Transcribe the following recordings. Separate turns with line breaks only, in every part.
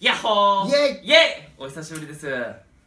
ヤッホー
イエ
イイエイお久しぶりです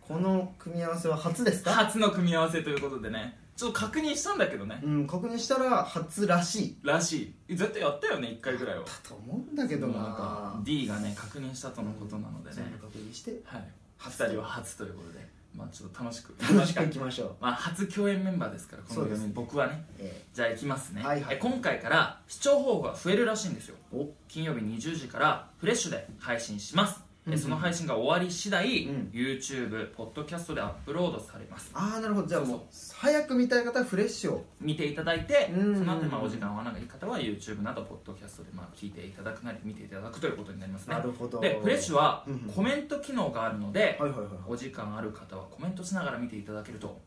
この組み合わせは初ですか
初の組み合わせということでねちょっと確認したんだけどね
うん確認したら初らしい
らしい絶対やったよね1回ぐらいは
だと思うんだけど
もうなんか
な
D がね確認したとのことなので
全
ね
部確認して
はい
初
2人は初ということでまあちょっと楽しく
楽しくいきましょう
まあ初共演メンバーですからこの
そう
4
です
人僕はね
え
じゃあいきますね、
はいはい
え今回から視聴方法が増えるらしいんですよ
ーお
金曜日20時からフレッシュで配信します、
うんう
え
ん
その配信が終わり次第、
うん
YouTube ポッドキャストでアップロードされます
ああなるほどじゃあもう早く見たい方はフレッシュを
見ていただいて、
うんうんうん
その後まあお時間合わない方は YouTube などポッドキャストでまあ聞いていただくなり見ていただくということになりますね
なるほど
でフレッシュは
うんうん
コメント機能があるので、
はいはいはいはい
お時間ある方はコメントしながら見ていただけると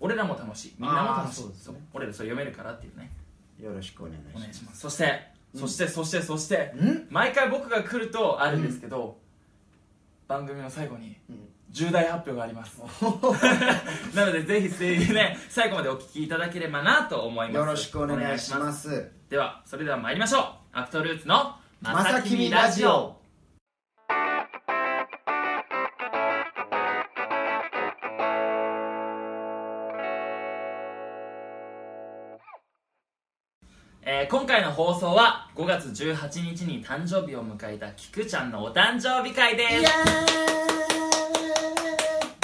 俺らも楽しいみんなも楽しい
あーそうですね
そう俺らそれ読めるからっていうね
よろしくお願い
お願い
し
しますそして、
うん
そしてそしてそして
ますん
毎回僕が来るとあるんですけど、番組の最後に
うん
重大発表があります なのでぜひぜひね最後までお聞きいただければなと思います
よろしくお願いし
お願いしま
ますす
ではそれでは参りましょうアクトルーツの「ま
ま
さ
さ
き
き
み
み
ラ
ラ
ジ
ジ
オ
オ」
えー今回の放送は5月18日に誕生日を迎えたきくちゃんのお誕生日会です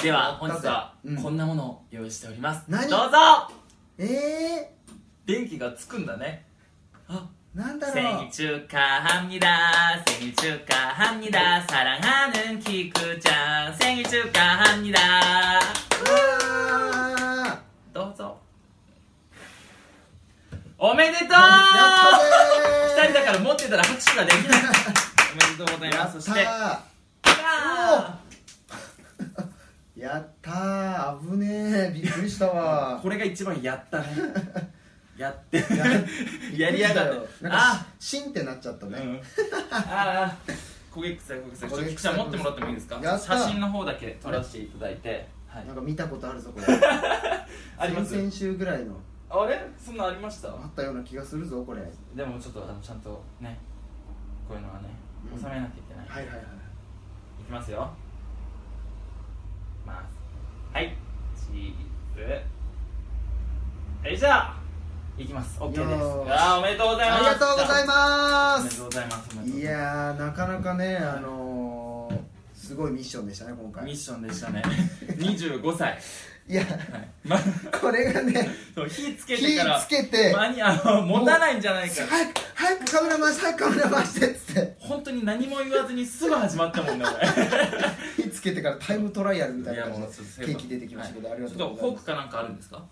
では本日は
うん
こんなものを用意しております、
何
どうぞ
ええ
電気がつくんだねあ
ー、なんだろう
생일축하합니다 생일축하합니다 사랑하는 키크짱 생일축하합니다
あー
どうぞおめでとう2
やった
人
ぜー
だから持ってたら拍手ができないおめでとうございますそして
やったー
あ
やったー危ねえびっくりしたわ
ーこれが一番やった ねやって
や
やりやが
び
っ
く
て
りしたよなん
あ
かシンってなっちゃった
う
ね、
ん、 ああ焦げ臭い焦げ臭いちょっと菊ちゃん持ってもらってもいいですか
やった
写真の方だけ撮らせていただいて、はい
なんか見たことあるぞこれ
あります
先々週ぐらいの
あれそんなんありました
あったような気がするぞこれはい
でもちょっとあのちゃんとねこういうのはね
うん
収めなきゃいけない、
はいはい
いきますよまあはいチーズよいしょいきます OK です
よーし
あーおめでとうございま
あ
す
りがとうございま
おめですとうございますおめでとうございます
いやーなかなかねあのー、すごいミッションでしたね今回
ミッ
い
ションでしたね25歳、
や
はいま、
これがね
そう火つけ
火
てから
つけて
間にあの持たないんじゃないか
早く早くカメラ回して早くカメラ回してっつって
本当に何も言わずにすぐ始まったもんね
火つけてからタイムトライアルみた
俺
いな感じでケーキ出てきましたけど、
はい
ありがと
ちょっ
うござ
フ
い
ォ
ま
ー
す
クかなんかあるんですか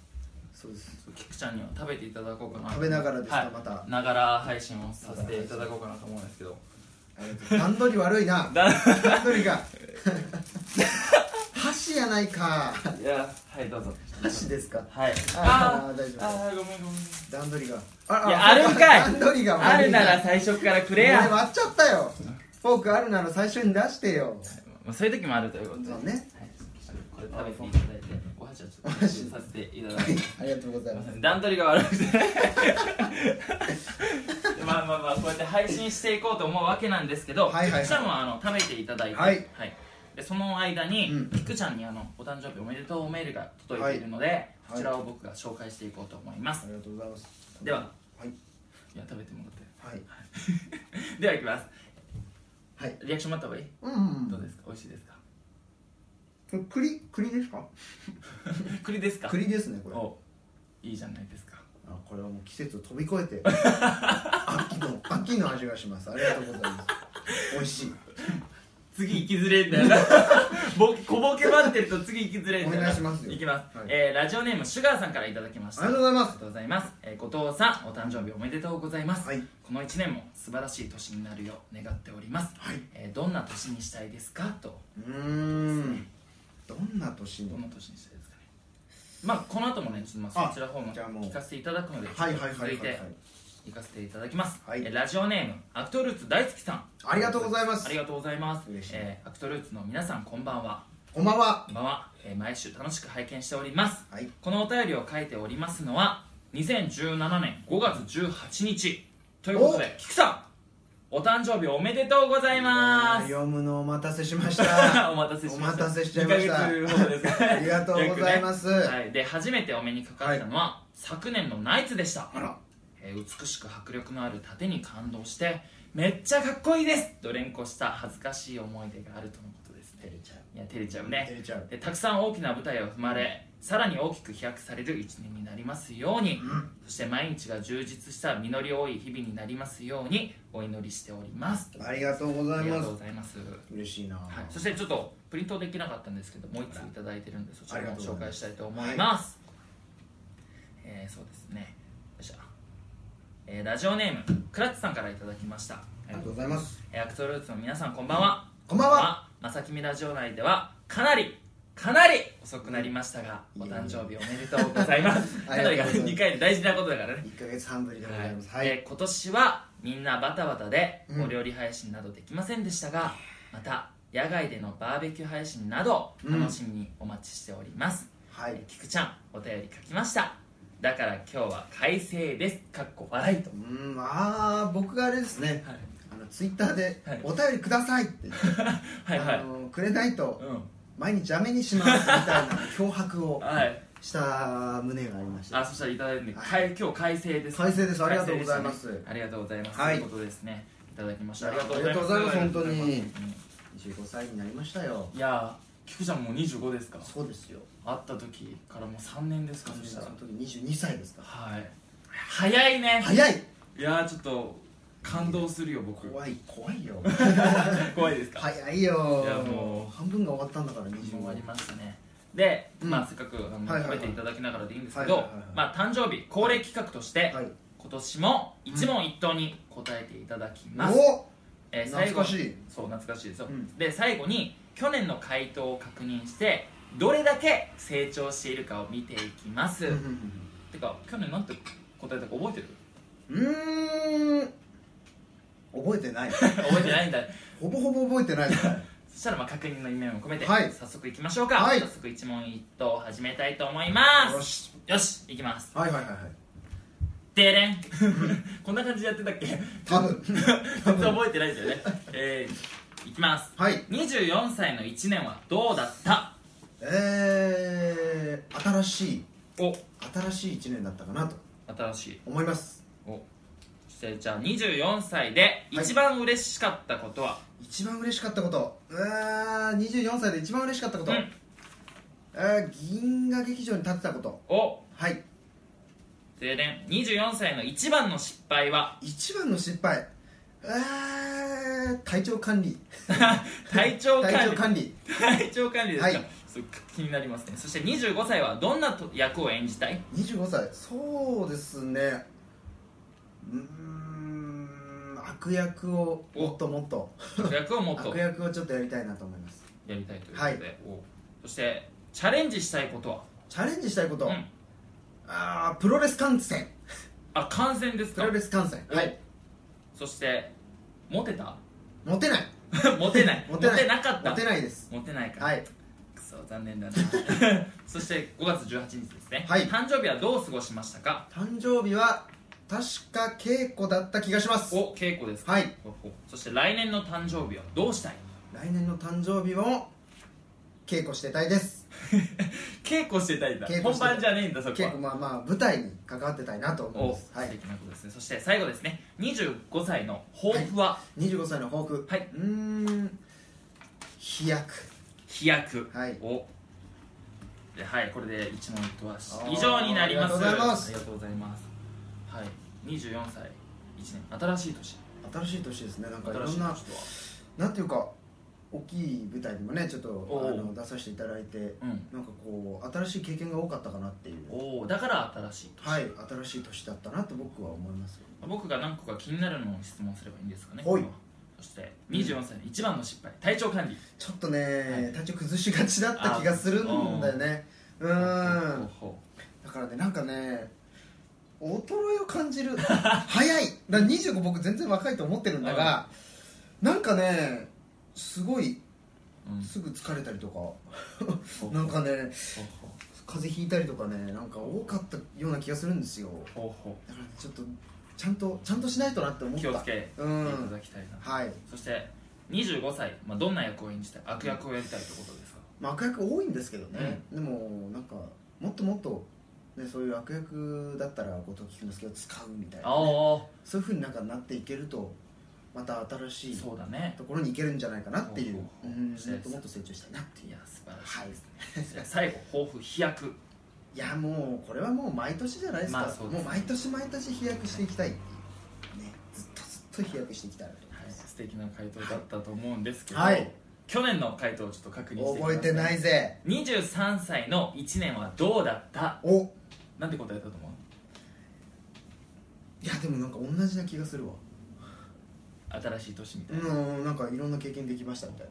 そうです
菊ちゃんには食べていただこうかな
食べながらですか
はい
また
ながら配信をさせていただこうかなと思うんですけど
ありがとうございます段取り悪 いな
だ
段取りが 箸やないか
いやはいどうぞ
箸ですか
はい
あー大丈夫
あーごめんご
段取りがあ
めんいやあるんかい
段取りが悪い
あるなら最初からくれ
俺
や
割っちゃったよフォークあるなら最初に出してよ
まあそういう時もあるということで
そうね
はいこれ食べていただいてお箸をちょっとさせていただいて
ありがとうございます
段取りが悪くてまあまあまあこうやって配信していこうと思うわけなんですけど、
はいはいはい
菊ちゃんはあの食べていただいて、
はい
でその間に、
うん
菊ちゃんにあのお誕生日おめでとうメールが届いているので、こちらを僕が紹介していこうと思います、
ありがとうございます
では
はい
いや食べて もらっ
はい
てではいきます
はい
リアクション待った方がいい、
うん
どう
こ
ですか美味しいですか
れ栗栗ですか
栗ですか
栗ですねこれ
おいいじゃないですか
あこれはもう季節を飛び越えて 秋の秋の味がしますありがとうございます美味しい
次行きづれえんだよ な僕小ボケ待ってると次行きづれえんだよな
お願いしますよ
行きます、
はい
えーラジオネームシュガーさんからいただきまし
あ
た
りがとうござい
あ
ま
りがとうございます、えー後藤さんお誕生日おめでとうございます、
すはい
この1年も素晴らしい年になるよう願っております、
はい
えーどんな年にしたいですかと
うーんどんな年
ど
の
んな年にしたいですかねまあこの後もねちょっとまあ
あ
そちら方も
じゃあもう
聞かせていただくので
はいはいは
続
い
い
はいはい
て行かせていただきます、
はい
えーラジオネームアクトルーツ大好きさん
ありがとうございます
ありがとうございます
嬉しい
えーアクトルーツの皆さんこんばんは
こんばんは
こんばんは、えー毎週楽しく拝見しております
はい
このお便りを書いておりますのは2017年5月18日ということで菊さお誕生日おめでとうございます
読むのお待たせし ました
お待たせしました
お待たせしちゃいました
2ヶ月ほどです
ありがとうございます、
約ねはい、で初めてお目にかかったのは、昨年のナイツでした
あら
えー美しく迫力のある盾に感動してめっちゃかっこいいですと連呼した恥ずかしい思い出があるとのことです
照
ね
れちゃう
いや照れちゃうね
照れちゃう
でたくさん大きな舞台を踏まれさらに大きく飛躍される一年になりますように、
ん
そして毎日が充実した実り多い日々になりますようにお祈りしております
ありがとうござ
あ
い
りが
ま
とう
す
ございます、
嬉しいな、
はい、そしてちょっとプリントできなかったんですけどもう一通いただいてるんでそちらも紹介したいと思いますえーそうですねよいしょ、えーラジオネームクラッツさんからいただきました
ありがとうございます
えーアクトルーツの皆さんこんばんは
こんばんは
まさきみラジオ内ではかなりかなり遅くなりましたがお誕生日おめでとうございます か
あり
なりが
がとうございます
2回で大事なことだからね
1か月半ぶりでございますは、
はいい、で今年はみんなバタバタで
うん
お料理配信などできませんでしたが、また野外でのバーベキュー配信など
うん
楽しみにお待ちしております、
はい
え、菊ちゃんお便り書きましただから今日は快晴ですかっこ笑いと
うーんあー僕があれですね、
はい
あのツイッターで
はい
「お便りください」って言って、
はいはい
あのくれないと
うん
毎日雨にしますみたいな脅迫を
はい
した胸がありました
あそしたらいただいてね、かい、今日快晴です
快晴ですありがとうございます
快晴でしたねありがとうございます、
はい
ということですねいただきました
い
あ
や
りがとうございます
ありがとうございます本当に
うん
25歳になりましたよ
いやー菊ちゃんもう25ですか
そうですよ
会った時からもう3年ですか
そ
そ
し
したた
ら
ら
その時22歳ですか
はい早いね
早い
いやーちょっと感動するよ僕
怖い怖い よ
怖いですか
早いよ
いやもう
半分が終わったんだから
もう
25
終わりましたねで、
うん
まあせっかくあの、
はいはいはい
食べていただきながらでいいんですけ
は
ど
いはいはいはい
まあ誕生日恒例企画として、
はい
今年も一問一答に答えていただきます、
お
えー最
懐
後
かしい
そう懐かしいですよ、
うん
で最後に去年の回答を確認してどれだけ成長しているかを見ていきます、てか去年なんて答えたか覚えてる
うーん覚えてない
覚えてないんだ
ほぼほぼ覚 えてないですね
そしたらまあ確認の意味も込めて、
はい
早速いきましょうか、
はい
早速一問一答始めたいと思います
よ
よ
し
しいきます
はいはいはいはい
でれん こんな感じでやってたっけ
多分
全然覚えてないですよねえー、いきます
はい
24歳の1年はどうだった
えー、新しい
お
新しい1年だったかなと
新しい
思います
おそしてじゃあ24歳で一番嬉しかったことは、
一番嬉しかったことうわー24歳で一番嬉しかったこと、
うん
えー、銀河劇場に立てたこと
お
はい
でれん24歳の一番の失敗 は
一番の失敗えー、体調管理
体調管理
体調管理
体調管理ですか、
はい
そう気になりますねそして25歳はどんなと役を演じた い
25歳そうですねうーん悪役を
お
もっともっと
役をもっと
悪
や
役をちょっとやりたいなと思います
りたいということで、
はい
おそしてチャレンジしたいことは
チャレンジしたいこと、
うん
あープロレス観戦
あ観戦です
プ
か
ロレス観戦
お
はい
そしてモテた
モテない
モテない
モテない
なかった
モテないです
モテないか、
はい
くそ残念だな そして5月18日ですね、
はい
誕生日はどう過ごしましたか
誕生日は確か稽古だった気がします
お稽古ですか
はい
おおそして来年の誕生日はどうしたい
来年の誕生日も稽古してたいです
稽古してたいんだ
稽古
本
してたい
番じゃねえんだそこ
稽
は
古まあまあ舞台に関わってたいなと思い
お
ます、は
素
い、
敵なことですねそして最後ですね25歳の抱負は
25歳の抱負
はいう
ーん飛躍
飛躍
はい
をではいこれで一問一答は
あー
以上になります
ありがとうございます
ありがとうございますはい24歳1年新しい年
新しい年ですねなんかいろ
新しい
ん
年とは
ななんていうか大きい舞台にもねちょっ
お
と
う
あの出させていただいて
うん
なんかこう新しい経験が多かったかなっていう
おおだから新しい年、
はい新しい年だったなと僕は思いますよ
僕が何個か気になるのを質問すればいいんですかね
はい
そして24歳の一番の失敗体調管理
ちょっとね、体調崩しがちだった気がするんだよねうーん
ほ
だからねなんかね衰えを感じる早いだから25僕全然若いと思ってるんだが、なんかねすごいう
うん
すぐ疲れたりと
ほうほ
か
う
なんかね
ほうほ
風邪ひいたりとかねなんか多かったような気がするんですよ
うほうほう
だからねちょっとちゃんとちゃんとしないとなって思った
気をつけていうた
ん
だきたいな、
はい
そして25歳、まあ、どんな役を演じたい悪役をやりたいってことですか、
まあ悪役多いんですけどね、でもなんかもっともっと、ね、そういう悪役だったら後藤菊之助を使うみたいな
あ
ね、
あ
そういうふうになんかなっていけるとまた新しい
そうだね
ところに行けるんじゃないかなっていう
ほうほうほう
うんもっともっと成長したいなっていう
いや素晴らし
はい
いですね、最後抱負飛躍
いやもうこれはもう毎年じゃないですか、
まあそうです
もう毎年毎年飛躍していきたいっていうねずっとずっと飛躍していきたいなと思い
はい、
ます、
素敵な回答だったと思うんですけど、
はい
去年の回答をちょっと確認して
覚えてないいぜ
23歳の1年はどうだった
おい
なんて答えたと思う
やでもなんか同じな気がするわ
新しい年みた
う
いな、
んなんかいろんな経験できましたみたい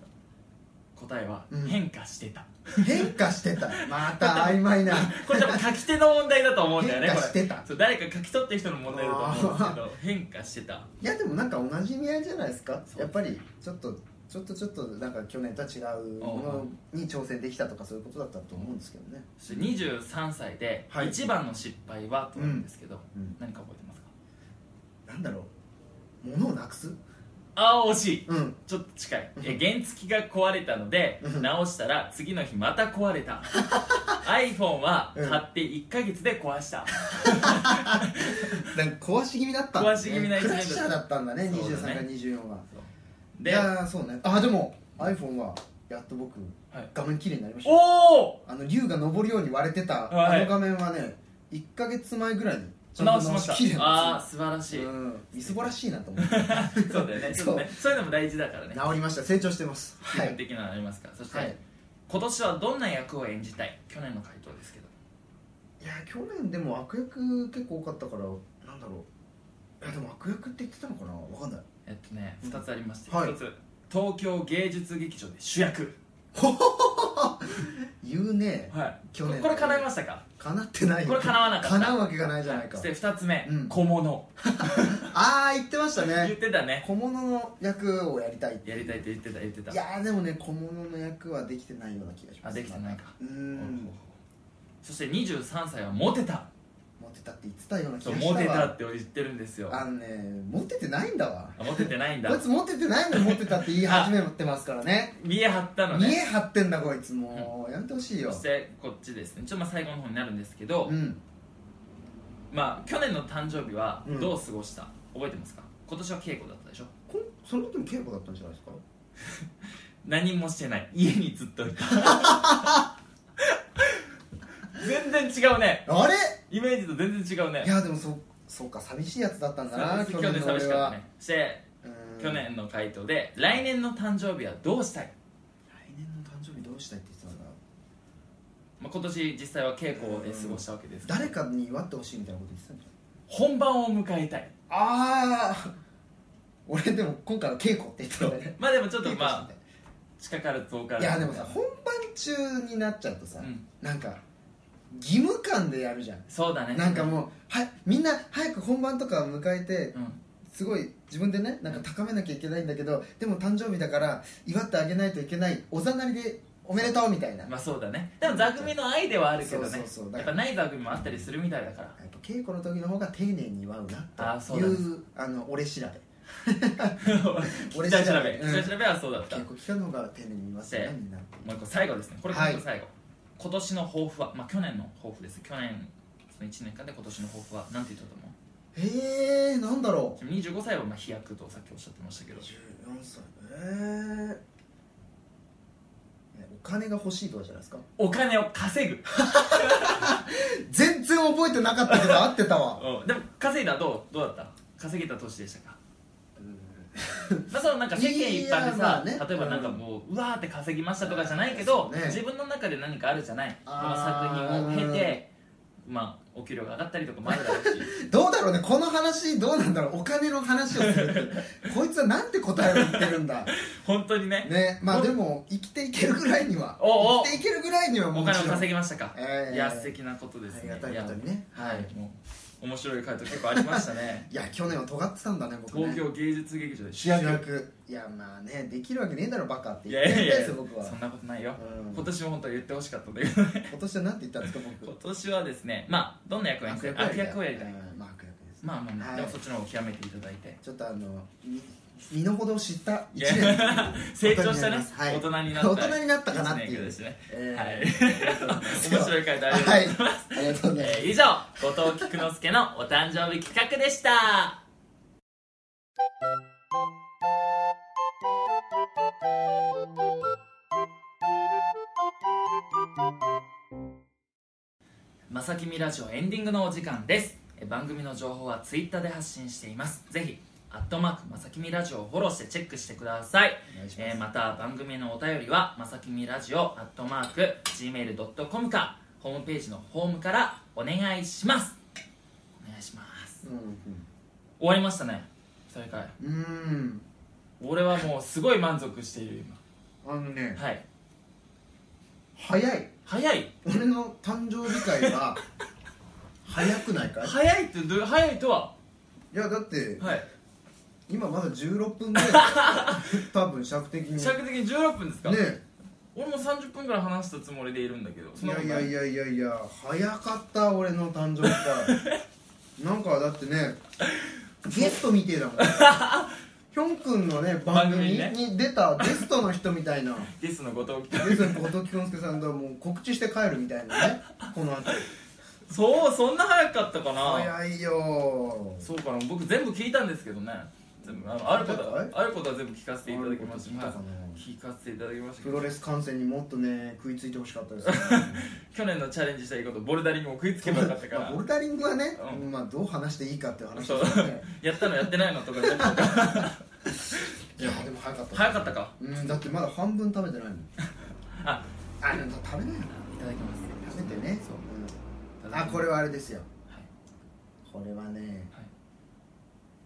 答えは
うん
変化してた、
な変化してたまた曖昧な
これ多分書き手の問題だと思うんだよね
変
こ
化
れ
してた
そう誰か書き取ってる人の問題だと思うんですけど変化してた
いやでもなんか同じ意味合いじゃないですか
そう
やっぱりちょっとちょっとちょっとなんか去年とは違うものに挑戦できたとかそういうことだったと思うんですけどね、
そして23歳で
はい
一番の失敗はと思うんですけど、
うん、
何か覚えてますか
なんだろう物をなくす
ああ惜しい
うん
ちょっと近い
うん
え原付が壊れたので
うん
直したら次の日また壊れ た iPhone は買って1か月で壊した
なんか壊し気味だったんだね
壊し気味な一年
ク
だった
ラッシャーだったんだね
そう
23
だね
から24がい
で
やーそうねあでも iPhone はやっと僕
はい
画面綺麗になりましたよ
おお
あの竜が昇るように割れてた
は
あ
い
の画面はね1か月前ぐらいにちゃんと
直しました
綺麗に
ああ
な
ー素晴らしい
うんみすぼらしいなと思って
そうだよねちょっとねそういうのも大事だからね
治りました成長してます
基
は
本
い
的なのありますからそし
はい
て今年はどんな役を演じたい去年の回答ですけど
いや去年でも悪役結構多かったからなんだろういやでも悪役って言ってたのかなわかんない
えっとね2つありまして
はい
1つ東京芸術劇場で主役
言うね
はい
去年
これ叶いましたか
かなってないよ
これ叶わなかった
叶うわけがないじゃないか
そして2つ目
うん
小物
ああ言ってました
言っ
ね
てたね
小物の役をやりたいって
やりたいって言ってた言ってた
いやーでもね小物の役はできてないような気がします
あできてないか
うーん
そして23歳はモテた
モテたって言ってたような気
そう
がしたわ
モテたって俺言ってるんですよ
あのねモテてないんだわ
あモテてないんだ
こいつモテてないのにモテたって言い始めてますからね
見え張ったの
見え
ね
張ってんだこいつもうやめてほしい
そ
よ
してこっちですねちょっとまあ最後の方になるんですけど、
うん
まあ去年の誕生日は
うん
どう過ごした、覚えてますか今年は稽古だったでしょ
こんその時も稽古だったんじゃないですか
何もしてない家にずっといた全然違うね
あれ
イメージと全然違うね
いやでもそそうか寂しいやつだったんだな
そう
去
去
年
年
の俺
寂しかった
は
ねそして
うん
去年の回答で来年の誕生日はどうしたい、
来年の誕生日どうしたいって言ってたんだ
まあ、今年実際は稽古で過ごしたわけですけど
誰かに祝ってほしいみたいなこと言ってたんじゃない
本番を迎えたい
ああ 俺でも今回は稽古って言ってたんだね
まあでもちょっ
稽
と
古
ま
し
あ
て
近からず遠か
た
ら
い
ず
やでもさ本番中になっちゃうとさ、
うん
なんか義務感でやるじゃん
そうだね
なんかもうはいみんな早く本番とかを迎えて
うん、
すごい自分でねなんか高めなきゃいけないんだけどでも誕生日だから祝ってあげないといけないおざなりでおめでとうみたいな、
まあそうだねでも座組の愛ではあるけどね
そうそうそうだ
やっ
か
ぱ
ら
ない座組もあったりするみたいだから
やっぱ稽古の時の方が丁寧に祝うな
あー
って
そ
いうう
だね
あの俺調べ
俺
俺
下
下
調
調
べ
べ
下調べはそうだった
稽
も
古期間の方が丁寧に言いますよねみんな
う一個最後ですねこれ
はい
本当最後、今年の抱負はまあ去年の抱負です去年その1年間で今年の抱負はなんて言ったと思う
えー、なんだろう
ちなみに25歳はまあ飛躍とさっきおっしゃってましたけど
14歳ええお金が欲しいとかじゃないですか
お金を稼ぐ、
全然覚えてなかったけど合ってたわ
うん、でも稼いだどうどうだった稼げた年でしたかまあ、そのなんか世間一般で
いやま
さ
あ、ね
例えばなんかもう、うわーって稼ぎましたとかじゃないけど、
そうね
自分の中で何かあるじゃないこの作
あー
品を経て、まあ、お給料が上がったりとかもあるだろうし
どうだろ うねこの話どうなんだろうお金の話をするってこいつはなんて答えを言ってるんだ
本当にね
ねまあでも生きていけるぐらいには
おうおう
生きていけるぐらいには
お
もちろん
金を稼ぎましたか、
ええ
いや素敵なことです
あ
ね
りがたいことにね
やはいもう面白い回答結構ありました ね
いや去年は尖ってたんだね僕ね
東京芸術劇場で主
主
役
役いやまあねできるわけねえだろバカって
い
言
や
って
いやいや
ですよ僕は
そんなことないよ、
うん
今年も本当は言ってほしかったんだけどね
今年は何て言ったんですか僕
今年はですねまあどんな役を演じて悪役をやりたい
うんまあ悪役です
まあまあまあ、
はい
でもそっちの方を極めていただいて
ちょっとあのみ身の程を知った
い
一
や
年 になり
成長したね
ますはい
大人になった
大人になったかなってい
一年
う
ですね
え
はい
ー
面白い回でありがとうご
は
ざ
い
います、
ありがとうございます
えー以上後藤菊之助のお誕生日企画でしたまさきみラジオエンディングのお時間ですえー番組の情報はツイッターで発信していますぜひアットマークまさきみラジオをフォローしてチェックしてください
お願いします
えーまた番組のお便りはまさきみラジオアットマーク Gmail.com かホームページのホームからお願いしますお願いします
う
終わりましたね大会
んうんうん
俺はもうすごい満足している
あのね
今はい
早い
早い
俺の誕生日会は早くないかい
早いってどういう早いとはい
やだって
はい
今まだ16分ぐ らいだよ多分尺的に
尺的に16分ですか、
ね
俺も30分ぐらい話したつもりでいるんだけどそん
い
な
や
こと
い
な
や
い
いやいやいや早かった俺の誕生日会なんかだってねゲストみてえだもんヒョン君のね番組
番
に出たゲストの人みたいな
ゲストの後藤
ゲストに後藤喜之助さんともう告知して帰るみたいなねこの後
そうそんな早かったかな
早いよ
そうかな僕全部聞いたんですけどね全部あのあることは
聞いた
あることは全部聞かせていただきまし
あ
た
ること聞いたかな
はい聞かせていただきましたけ
プ
ど
ロレス観戦にもっとね食いついてほしかった ですね
去年のチャレンジしたいことボルダリングも食いつけばよかったか
まあ、
ら
ボルダリングはね、
う
まあ、どう話していいかっていう話
そう
ですよね
やったのやってないのとか全部
いやでも早かった
早かったか
うんだってまだ半分食べてないもん
あ
あでも食べない
い
の
ただきます
食べてね
そういた
うん
だきま
あ
す
これはあれですよ
はい
これはね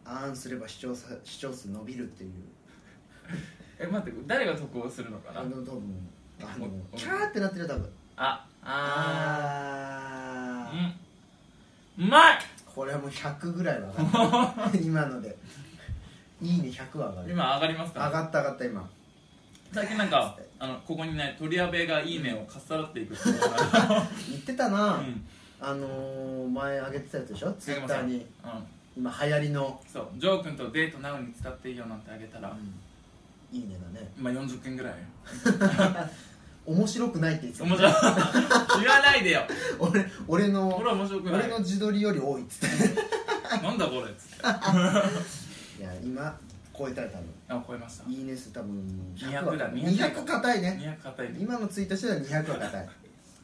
はい
あんすれば視聴さ視聴数伸びるっていう
え待って誰が得をするのか
あ
な
の多分あの
おお
キャーってなってるよ多分
ああ
あ
ー
ー
うんうまい
これはもう100ぐらいは上が る今のでいいね100は上がる
今上がります
上
か
がった上がった今
最近なんかあのここにね鳥矢部がいいねをかっさら っていくっていうのが
言ってたな、
うん
あのー、前上げてたやつでしょツイッターに
うん
今流行りの、
そうジョー君とデートなのに使っていいよなんてあげたら、
いいねだね
今40件ぐらいよ
面白くないって言ってた
面白い 言わないでよ
俺俺
こ
の
れは面白くない
俺の自撮りより多いっつっ
なんだこれっつって
ていや今超えたら多
あ超えました
分いいね数多分
200だ
200硬いね
200硬いね
今のツイートしてたら200は 硬い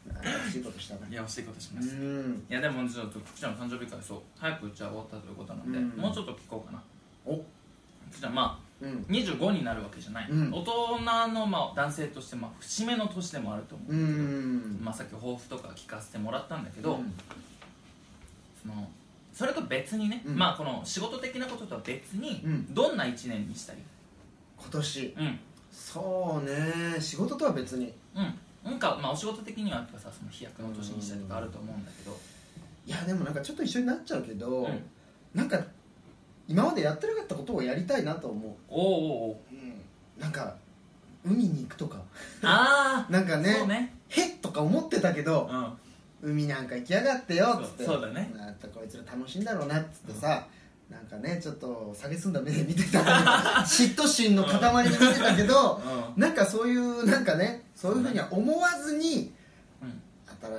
あ惜しいことしたない
や惜しいことし
う
ました、い
ん
やでもちょっと福ちゃんの誕生日会そう早くじゃあ終わったということなんで、
うん
もうちょっと聞こうかな
お
福ちゃんま
うん
あ25になるわけじゃない、
うん
大人の、まあ、男性として、まあ、節目の年でもあると思
う
う、
ん
まあ、さっき抱負とか聞かせてもらったんだけど、
うん
そのそれと別にね、
うん
まあこの仕事的なこととは別に、
うん
どんな1年にしたい
今年
うん
そうね仕事とは別に
うんなんかまあお仕事的にはとかさその飛躍の年にしたりとかあると思うんだけど
いやでもなんかちょっと一緒になっちゃうけど、
うん
なんか今までやってなかったことをやりたいなと思
おうおうおう
う、なんか海に行くとか
あ
なんか
あ、
ね
そうね
へっとか思ってたけ
う
ど
ん、は
海なんか行きやがってよっつって
そうそうだね
なんかこいつら楽しいんだろうなっつってさ、なんかねちょっと下げすんだ目で見てた 嫉妬心の塊に見てたけど、
う
なんかそういうなんかねそういうふうには思わずに、
うん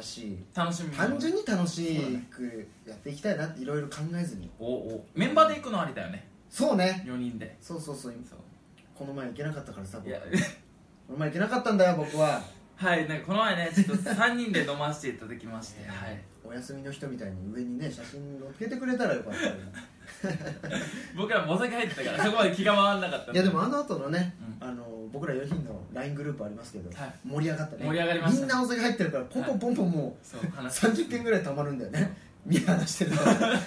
新しい
楽しみ
単純
に
に楽しくやっていきたいなっていろいろ考えずに
おうおうメンバーで行くのありだよね
そうね
4人で
そうそうそう
そ
この前行けなかったからさ
うい
僕
や
この前行けなかったんだよ僕は
はいなんかこの前ねちょっと3人で飲ませていただきまして はい
お休みの人みたいに上にね写真載っけてくれたらよかったのに
僕らもお酒入ってたからそこまで気が回らなかった
いやでもあの後のね、
う
あの僕ら4人の LINE グループありますけど、
はい
盛り上がったね
盛り上がりました
みんなお酒入ってるからポンポンポンポンも
そう
う
話
30件ぐらいたまるんだよね見話してる から
ね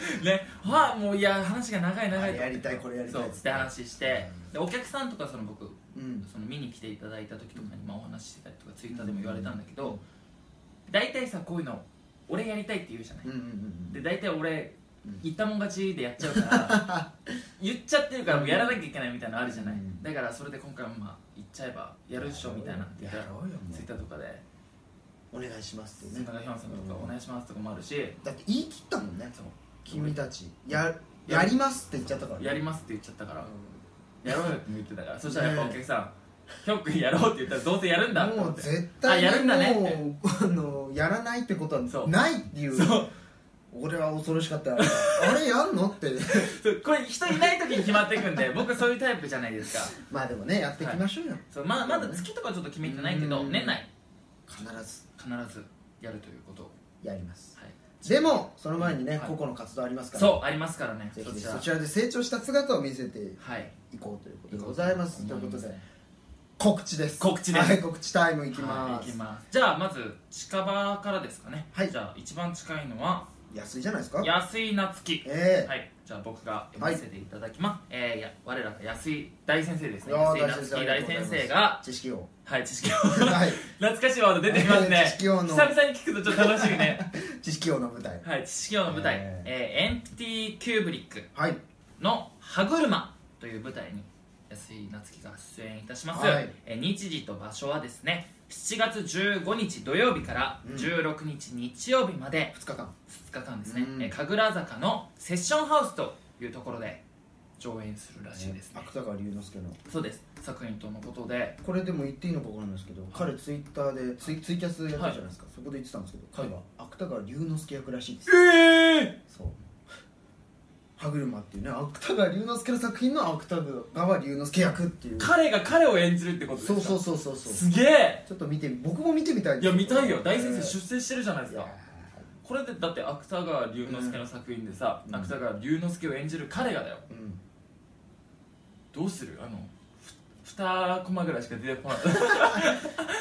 はあもういや話が長い長いと
あれやりたいこれやりたい
そうつって話してでお客さんとかその僕
うん
その見に来ていただいた時とかにまあお話ししてたりとかツイッターでも言われたんだけど大体さこういうの俺やりたいって言うじゃない
うんうんうん
で大体俺
うん
言ったもん勝ちでやっちゃうから 言っちゃってるからもうやらなきゃいけないみたいなのあるじゃない
うん
だからそれで今回もまあ言っちゃえばやるっしょみたいな
やろうよもう
ツイッターとかで
お願いしますって
中
ね
ヒョンさんとかお願いしますとかもあるし
だって言い切ったもんね
そう
君たちややりますって言っちゃったからね
やりますって言っちゃったから
う
やろうよって言ってたからそしたらやっぱお客さん「ヒョッ君やろう」って言ったらどうせやるんだと
んも
思っ
う
て
絶対
あやるんだねって
もうあのやらないってことは
そう
ないっていう
そう
俺は恐ろし かったよあれやんのって
そうこれ人いない時に決まっていくんで僕そういうタイプじゃないですか
まあでもねやっていきましょうよ、
そうまあまだ月とかちょっと決めてないけど
うん
年内
必ず
必ずやるということを
やります
はい
でもその前に
は
ね、
い
個々の活動ありますから
そうありますからね
ぜひぜ
そ
ひ
ちら
そちらで成長した姿を見せてい
はい
こうということでございますと
思
いうこと
ます
で
ね
告知です
告知です
はい告知タイムいき
は
ま
い
す,、
行きますじゃあまず近場からですかね
はい
じゃあ一番近いのは
安いじゃないですか
安井夏樹
え
はいじゃあ僕が読ませていただきますえーいや我らが安井大先生です
え
ね安井夏樹大先生が
知識を
はい知識を
はい
懐かしいワード出てきますね
知識
久々
王の
に聞くとちょっと楽しい ね
知識王の舞台
はい知識王の舞台
え
えーエンプティキューブリック
はい
の「歯車」という舞台に安井夏樹が出演いたします、
はい
えー日時と場所はですね7月15日土曜日から
うん
16日日曜日まで
2日間
2日間ですね、
うん
えー神楽坂のセッションハウスというところで上演するらしいですね
芥川龍之介の
そうです作品とのことで
これでも言っていいのか分からないですけど彼ツイッターでツイツイキャスやってるじゃないですか、そこで言ってたんですけど彼は芥川龍之介役らしいです
ええ
そう歯車っていうね芥川龍之介の作品の芥川龍之介役っていう
彼が彼を演じるってことです
そう
か
そうそうそうそう
すげえ
ちょっと見て僕も見てみたい
いや見たいよ大先生
出
出世してるじゃないですかこれでだって芥川龍之介の作品でさ、
うん
芥川龍之介を演じる彼がだよ
うん
どうするあのふ2コマぐらいしか出てこない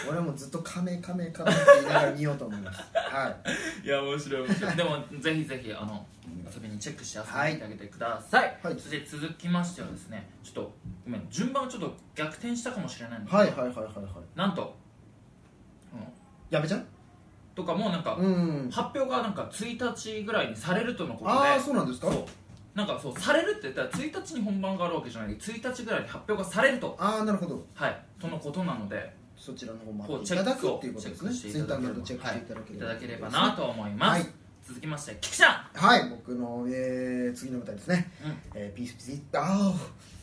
俺はもうずっと「カメカメカメ」って言いながら見ようと思いますはい
いや面白い面白いでもぜひぜひあの
うん
遊びにチェックして遊びに来てあげてください、
はい
そして続きましてはですねちょっとごめん順番をちょっと逆転したかもしれないんですけど
はいはいはいはいはい
なんと、うん、
やめちゃん
とかもうなんか、
うん
発表がなんか1日ぐらいにされるとのことで
ああそうなんですか
そうなんかそうされるって言ったら1日に本番があるわけじゃない1日ぐらいに発表がされると
ああなるほど
はいとのことなので
そちらの方も
こう
い
チェ
た
ッ
だ
ク
く
を
っていうことです
チェッ
ね
クして
ツイ
い
ッ
ただ
ター
け
な
れ
ど
ば
チェックしていただけ
い
れ
た
ば、
だければなと思います、
はい
続きまして菊ちゃ
はい僕の、えー次の舞台ですね、えーピースピットあ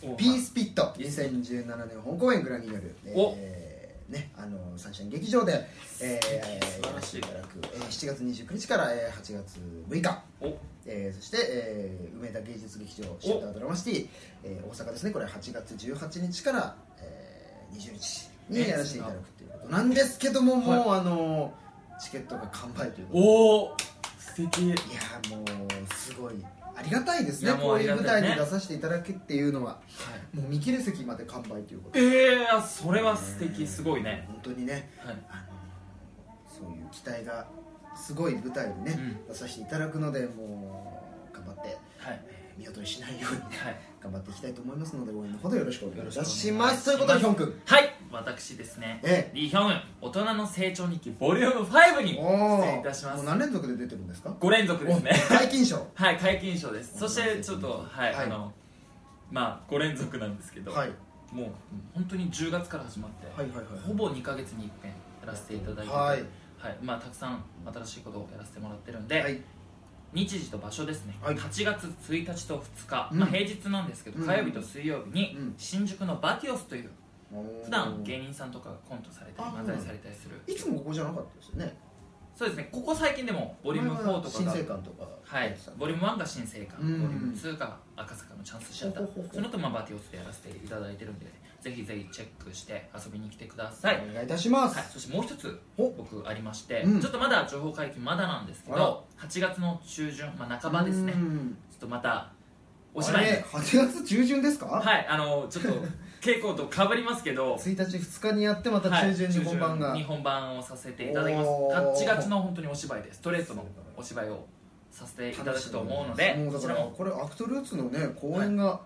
ー
ん
ピースピット2017年本公演グラミール、
お
えーね、あのサンシャイン劇場で、え
素
ー、
晴
や
ら
ら
し
せ
い
ていただく、えー7月29日から、えー8月6日、
お
えーそして、えー梅田芸術劇場シアタードラマシティ、えー大阪ですねこれ8月18日から、えー20日に
ね
やらせていただくっていうことなんですけども、もう、
は
あのチケットが完売ということで
おお素敵
いやーもうすごいありがたいです
い
ね
やも
こ
う
ういう
あり
舞
がたい
台
ね
に出させていただくっていうのはもう見切れ席まで完売ということで
ええー、それは素敵すごいね、
本当にね
はい、
あのそういう期待がすごい舞台にね、
うん
出させていただくのでもう頑張って
はい
えー見劣りしないように
はい
頑張っていきたいと思いますので応援のほどよろしくお願いいたし
よろ
ま
し
す
く
と
お
い
願いします
うことでヒョン君
はい私ですね
え
リヒョンウン大人の成長日記ボリューム5
え
に
お
出演い
ー
たしま
も
す
う何連続で出てるんですか
5連続ですね
解禁賞
はい皆勤賞ですそし
お願いしてます
ちょっとはい、
はい
あのまあ5連続なんですけど、
はい
もう本当に10月から始まって、
はいはいはい
ほぼ2か月に一遍やらせていただいてて
はい
はいまあ、たくさん新しいことをやらせてもらってるんで、
はい
日時と場所ですね、
はい
8月1日と2日、
うん
まあ、平日なんですけど、
うん
火曜日と水曜日に
うん
新宿のバティオスという
おー
普段芸人さんとかがコントされたり
あ
漫才されたりする
いつもここじゃなかったですよね
そうですねここ最近でもボリューム4とか
新
が
生館とか
はい、ボリューム1が新生館、
うん
ボリューム2が赤坂のチャンスシアター
ほほほほ
そのとまあバティオスでやらせていただいてるんでぜひぜひチェックして遊びに来てください、
お願いいたします、
はい、そしてもう一つ
お
僕ありまして、
うん
ちょっとまだ情報解禁まだなんですけ
あら
ど8月の中旬、まあ、半ばですね
う
ちょ
ん
っとまたお芝居に
あれ8月中旬ですか、
はいあのちょっと 稽古とかぶりますけど
1日2日にやってまた
はい
中旬に本番が、
中旬に本番をさせていただきます
おー
8月の本当にお芝居でストレートのお芝居をさせていただくと思うので
もう
こ
だ
ち
からら
も
これアクトルーツのね公演が、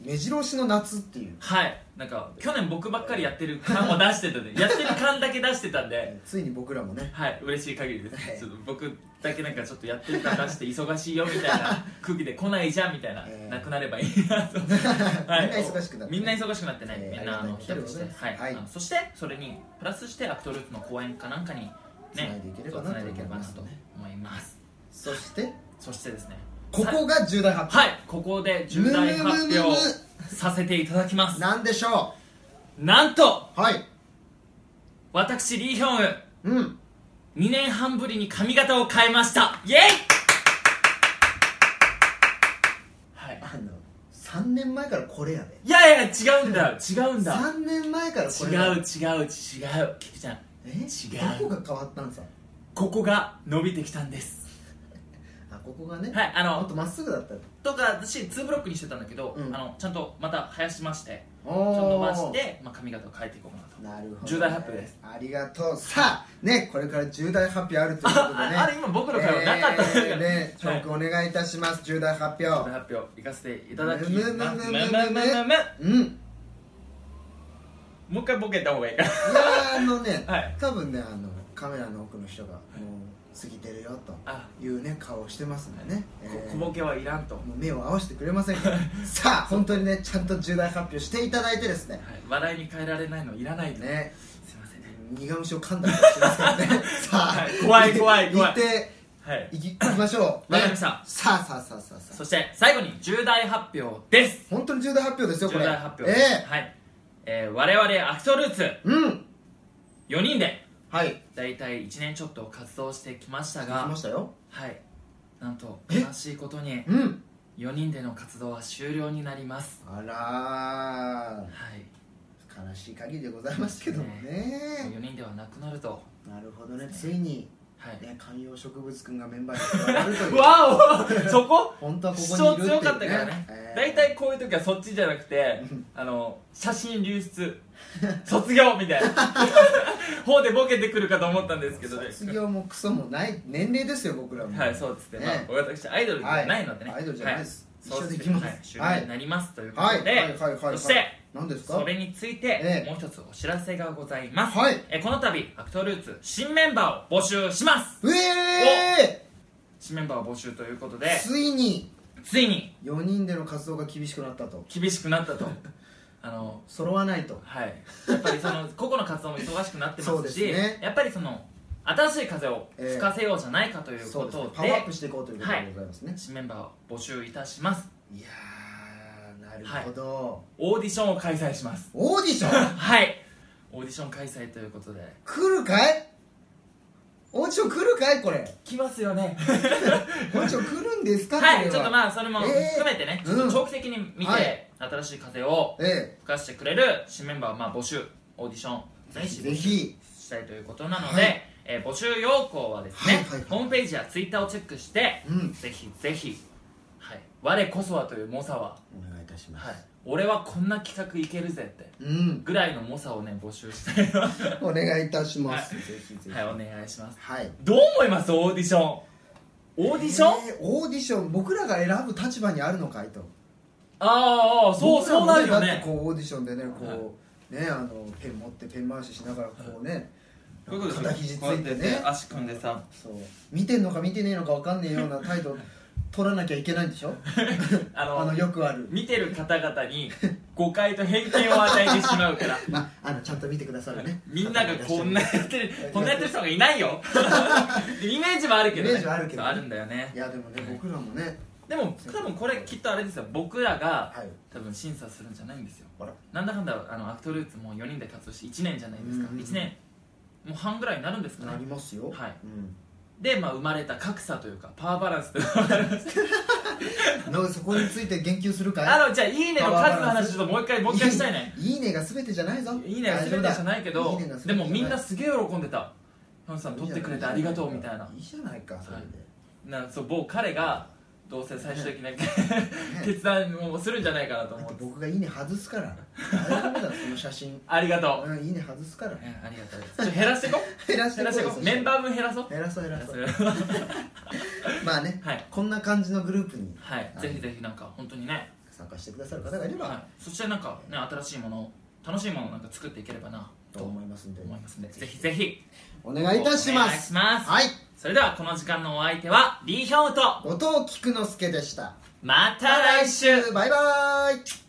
目白押しの夏っていう
はいなんか去年僕ばっかりやってる感を出してたんでやってる感だけ出してたんで
ついに僕らもね
はい嬉しい限りで
は
す
い
ちょっと僕だけなんかちょっとやってる感出して忙しいよみたいな空気で来ないじゃんみたいな、
えー
なくなればいいなと、はい
みんな忙しくなってね
みんな忙しくなってね、
えー
みんなあの
あり
比
がたい
較して、はい
はい
あのそしてそれにプラスしてアクトルーツの公演かなんかにね
繋いでいければな
そう繋いでいければな
と
と
思いますね
思います
そして
そしてですね
ここが重大発
はいここで重大発
むむむむむ
表させていただきます
表なんでしょ
なんと
うはい
私リーヒョンウ
うん
2年半ぶりに髪型を変えましたイエイはい
あの3年前からこれやで
いやいや違うんだよ違うんだ
3年前からこ
違
れ
う
だ
違う違う菊ちゃん
え
違う
どこが変わったんさ
ここが伸びてきたんです
あここがね
はいあの
もっとまっすぐだった
とか私2ブロックにしてたんだけど、
うん
あのちゃんとまた生やしまして
ち
ちょっと伸
ょ
ばして、まあ、髪型を変えていこうかなと
なるほど、
重大発表です
ありがとうさあねこれから重大発表あるということでね
あああれ今僕の会話なかったんだけど、
えーねチ
は
ョ
い
ークお願いいたします重大発表
発表行かせていただき
む
ま
む
す
むむむむうんい
もう一回ボケた方がいいか
やーあの ね、
はい
多分ねあのカメラの奥の人がもう過ぎてるよ
あ
というね顔をしてますんでね、え
こ
ー
小ボケはいらんと、はい、
もう目を合わせてくれませ んからさあ本当にねちゃんと重大発表していただいてですね
話題に変えられないのいらないと
ね
すいませんね
苦虫を噛んだりしてますからねさあ、
はい怖い怖い怖い
行って
はい
いき行きましょう わ
わかりました
さあさあさあさあさ
そして最後に重大発表です
あ本当に重大発表ですよこ
重
れ
大発表です、
え
はい、えー、我々アクトルーツ
えうん
4人で
はい
大体1年ちょっと活動してきました
来
が
ましたよ
はいなんと
え
悲しいことに
うん
4人での活動は終了になります
あら
はい
ー悲しい限りでございますけどもね
4人ではなくなると
なるほどねついに、
はい
ね、観葉植物くんがメンバーに加わるという
わ おそこ
本当はこ
主
こに
張
いるっていう、ね、
強かったからね
ええ
大体こういう時はそっちじゃなくてあの写真流出卒業みたいな 方でボケてくるかと思ったんですけどね
卒業もクソもない年齢ですよ僕らも
はいそうですね、
ね
まあ、私アイドルではないのでね、
はいアイドルじゃないです
はい、
一緒できます
はい終了になります、ということで、
はいはいはいは
そ
い
して
何ですか
それについて、
ええ
もう一つお知らせがございます、
はい
えこの度アクトルーツ新メンバーを募集します
うえ
新メンバーを募集ということで
ーついに
ついに
4人での活動が厳しくなったと
厳しくなったと あの
揃わないと
はいやっぱりその 個々の活動も忙しくなって
そう
ま
ですす
し
ね
やっぱりその新しい風を吹かせようじゃないかという
そ
こ
うですね
と
パ
で,、
ワーアップしていこうということでございますね、
新メンバーを募集いたします
い、やーなるほど、
オーディションを開催します
オーディション
はいオーディション開催ということで
来るかいオーディション来るか いこれ
来ますよね
オーディション来るんですか
は
これ
いちょっとまあそれも
えー
含めてね、ちょっと長期的に見て、
はい
新しい風を
え
吹かしてくれる新メンバーをまあ募集オーディションぜ
え
ひ
ぜひ
したいということなので、
はい
えー募集要項はですね、
はいはいはい
ホームページやツイッターをチェックして、
うん
ぜひぜひ、はい、我こそはという猛者は、
お願いいたしま
はい、俺はこんな企画いけるぜって
うん
ぐらいの猛者をね募集したいは
お願いいたします、ぜひぜひ
いお願いします
はい
どう思いますオーディションオーディション、
えーオーディション僕らが選ぶ立場にあるのかいと
あーあーそう
僕ら
そう
も
なるよ
だって
ね
こうオーディションでねこう、ねあのペン持ってペン回ししながらこうね、
こういうことです
肩
よ
肘つ
こうやっ
い
て
て
ね
ね
足組んで さ
そう見てんのか見てねえのか分かんねえような態度取らなきゃいけないんでしょ
あの
あのよくある
見てる方々に誤解と偏見を与えてしまうから
まあのちゃんと見てくださるね
みんながこんなやって るこんなやってる人がいないよイメージはあるけど、ね、
イメージはあるけど
そうあるんだよね
いやでもね僕らもね
でも多分これきっとあれですよ僕らが
はい
多分審査するんじゃないんですよ
ほら
なんだかんだあのアクトルーツも4人で活動して1年じゃないですか
うんうんうん
1年もう半ぐらいになるんですか
なり
ね
ますよ
はい、
うん
で、まあ、生まれた格差というかパワーバランスというか
のそこについて言及するかい
あのじゃあ「いいね」の数の話ちょっともう一回もう一回したいね
いいねが全てじゃないぞ
いいねが全てじゃないけ
大丈夫
ど
だいいねが全て
でもみん
じゃ
ないすげえ喜んでたヒョンさん撮ってくれてありがとうみたいない
いじゃないかそれで、
なそう某彼がどうせ最終的な決断をするんじゃないかなと
だっ
思
て
う
僕がいいね外すから大丈夫だその写真
ありがとう
うんいいね外すから
うんありがとうですちょっと減らしていこう
減らし
減
てこ
ら
う
してい
よ
こ
そうしたら
メンバー分減らそう
減らそう減らそう
減らそう
まあね、
はい
こんな感じのグループに
はい
はい
ぜひぜひなんか本当にね
参加してくださる方がいれば、
はいそしてなんかね新しいもの楽しいものをなんか作っていければな
と
と
思いますんで
思いますのでぜひぜひ
お願いいたしま
お願い
す
します
はい
それではこの時間のお相手はリーヒョンウと
後藤菊之助でした
また来週
バイバーイ